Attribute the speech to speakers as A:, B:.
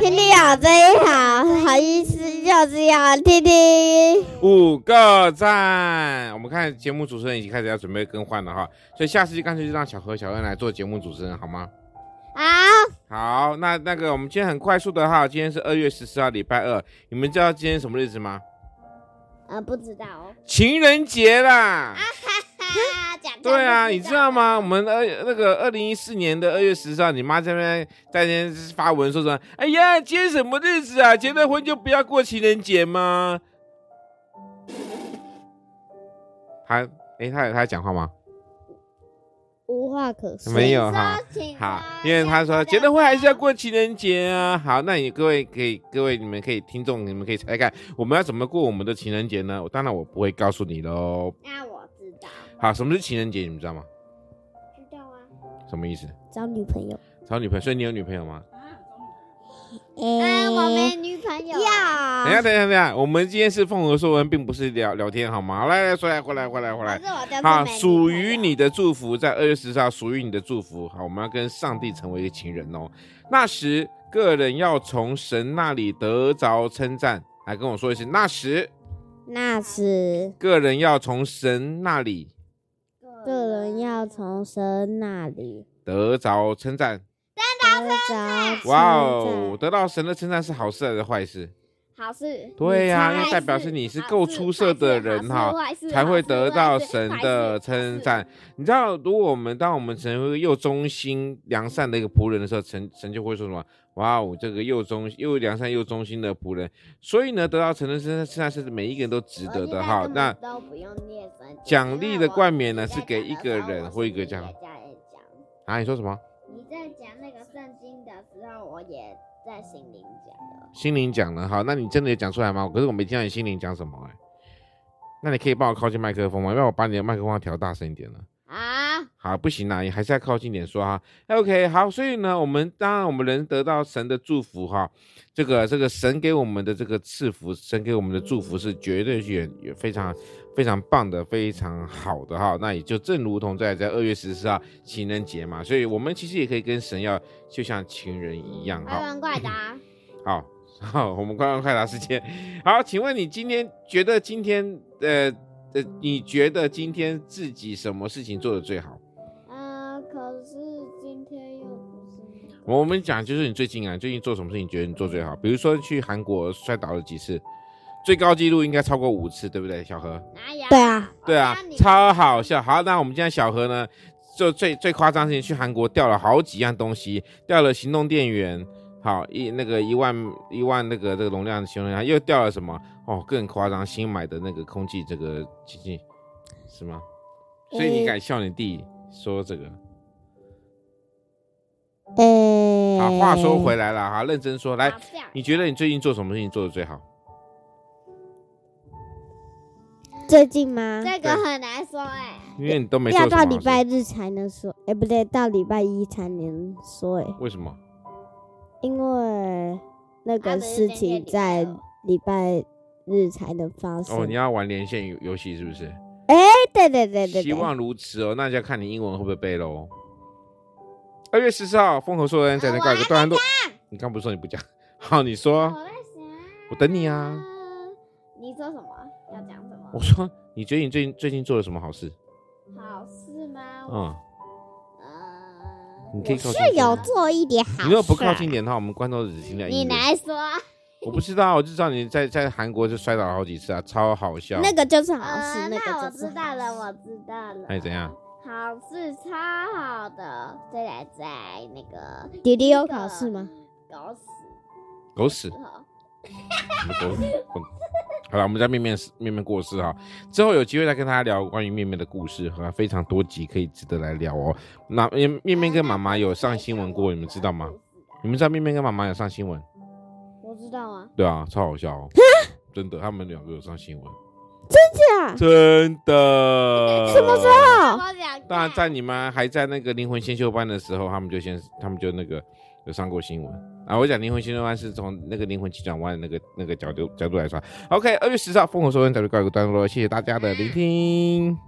A: 听力好真好，好意思就是要听听。
B: 五个赞。我们看节目主持人已经开始要准备更换了哈，所以下次就干脆就让小何、小恩来做节目主持人好吗？
A: 好，
B: 好，那那个我们今天很快速的哈，今天是二月十四号，礼拜二。你们知道今天什么日子吗？
A: 呃，不知道哦。
B: 情人节啦！
A: 哈哈，假装
B: 对啊，
A: 不
B: 你知道吗？我们二那个二零一四年的二月十四号，你妈在那边在那边发文说什么？哎呀，今天什么日子啊？结了婚就不要过情人节吗？他哎，他有他讲话吗？
A: 无话可说。
B: 没有哈
A: 请说。
B: 好，
A: 请
B: 因为
A: 说
B: 他说结了婚还是
A: 请
B: 要。
A: 说
B: 过情人节啊。好，那你各位可以，各位你们可以听众，你们可以猜猜看，我们要怎么过我们的情人节呢？我当然我不会告诉你喽。
A: 那我知道，
B: 好，什么是情人节？你们知道吗？
A: 嗯知道啊。
B: 什么意思？
A: 找女朋友。
B: 找女朋友，所以你有女朋友吗？
A: 嗯，我没女朋
C: 哎
A: 友。啊要
B: 等一下，等一下，等一下，我们今天是凤和说文，并不是聊聊天，好吗？好来来，说来，回来，回来，回来
A: 可。是我就是
B: 好，
A: 没女
B: 属
A: 朋
B: 于
A: 友
B: 你。的祝福，在二月十四号，属于你的祝福。好，我们要跟上帝成为一个情人哦。那时，个人要从神那里得着称赞。来跟我说一声，那时，
C: 那时
B: 个人要从神那里
C: 个人要从神那里
B: 得着称赞。
C: 得着
B: 哇
C: 称
B: 哦，
C: 赞，
B: 得到神的称赞是好事还是坏事？
A: 好事。
B: 对呀、
A: 你
B: 那
A: 才
B: 代表是你是够出色的人哈。
A: 好事
B: 才会
A: 啊
B: 得到神的称。赞。你知道，如果我们当我们成为又忠心良善的一个仆人的时候，神神就会说什么？哇哦，这个又忠又良善又忠心的仆人。所以呢，得到神的称赞是每一个人都值得
A: 哦
B: 的哈。那
A: 都不用念神经
B: 奖励的冠冕呢
A: 因为我
B: 是给一个人或一个家
A: 我是在家里讲
B: 啊，你说什么？
A: 你在讲那个圣经的时候，我也在心里讲的。
B: 心灵讲呢？好，那你真的有讲出来吗？可是我没听到你心灵讲什么哎、那你可以帮我靠近麦克风吗？让我把你的麦克风调大声一点呢。
A: 啊，
B: 好，不行啦，你还是要靠近点说哈。OK，好，所以呢，我们当然我们能得到神的祝福哈，这个这个神给我们的这个赐福，神给我们的祝福是绝对是远远非常非常棒的，非常好的哈。那也就正如同在在二月十四号情人节嘛，所以我们其实也可以跟神要就像情人一样
A: 快
B: 哈。
A: 问快答。
B: 好， 好，我们快问快答时间。好，请问你今天觉得今天呃呃，你觉得今天自己什么事情做的最好？
A: 嗯，可是今天又不是那个
B: 我们讲就是你最近啊，最近做什么事情觉得你做最好？比如说去韩国摔倒了几次，最高纪录应该超过五次，对不对，小何？
A: 哪呀？
C: 对啊，
B: 对啊
A: 那，你
B: 超好笑。好，那我们现在小何呢，就最最夸张的事情，去韩国掉了好几样东西，掉了行动电源，好一那个一万一万那个这个容量的行动电源，又掉了什么？哦，更夸张，新买的那个空气这个机器是吗？所以你
C: 诶
B: 敢笑你弟说这个？
C: 诶，
B: 好，话说回来了，哈，认真说，来
A: 好，笑
B: 你觉得你最近做什么事情做的最好？
C: 最近吗？
A: 这个很难说哎。
B: 因为你都没做
C: 要
B: 什么好
C: 啊到
B: 事。
C: 礼拜日才能说，诶，不对，到礼拜一才能说，诶，
B: 为什么？
C: 因为那
A: 啊
C: 个
A: 不是
C: 事
A: 今天
C: 情
A: 礼拜
C: 在
A: 二
C: 礼拜日才能发生。
B: 哦，你要玩连线游游戏是不是？
C: 诶对对对对
B: 希
C: 对，
B: 望如此哦，那就要看你英文会不会背喽。二月十四号，风和硕恩在那挂一个段落。你刚不是说你不讲？好，你说，
C: 哦
A: 我在想，呃
B: 我等你啊。
A: 你说什么？要讲什么
B: 我？说，你觉得你最近最近做了什么好
C: 哦
B: 事？
A: 好事吗？我
B: 嗯，
A: 呃
B: 你可以靠近
C: 是
B: 一点
C: 有。做一点好事。啊
B: 你如果不靠近一点的话，我们观众只听到
A: 你
B: 音乐。
A: 来说，
B: 我不知道，我就知道你在在韩国就摔倒了好几次啊，超好笑。
C: 那个就是好事，
A: 呃，
C: 那
A: 那
C: 个
A: 我
C: 就是
A: 知道了，
C: 好事
A: 我知道了。
B: 哎怎样？
A: 好事超好的，虽然在那个嗯
C: 弟弟有考试吗？
A: 搞死
B: 狗屎
A: 之！后，
B: 什么狗屎嗯好了，我们家面面是面面过世哈，之后有机会再跟大家聊关于面面的故事，和非常多集可以值得来聊哦。那面面面跟妈妈有上新闻过，你们知道吗？？你们知道面面跟妈妈有上新闻？
A: 啊我知道啊，
B: 对啊，超好笑哦，真的，他们两个有上新闻，
C: 是啊，
B: 真的。
C: 什么时候？
A: 我想
B: 当然，
A: 看。
B: 在你们还在那个灵魂先修班的时候，他们就先，他们就那个有上过新闻啊。我讲灵魂先修班是从那个灵魂急转弯的那个那个角度角度来说。OK，二月十号，烽火收人早就告一个段落了，谢谢大家的聆听。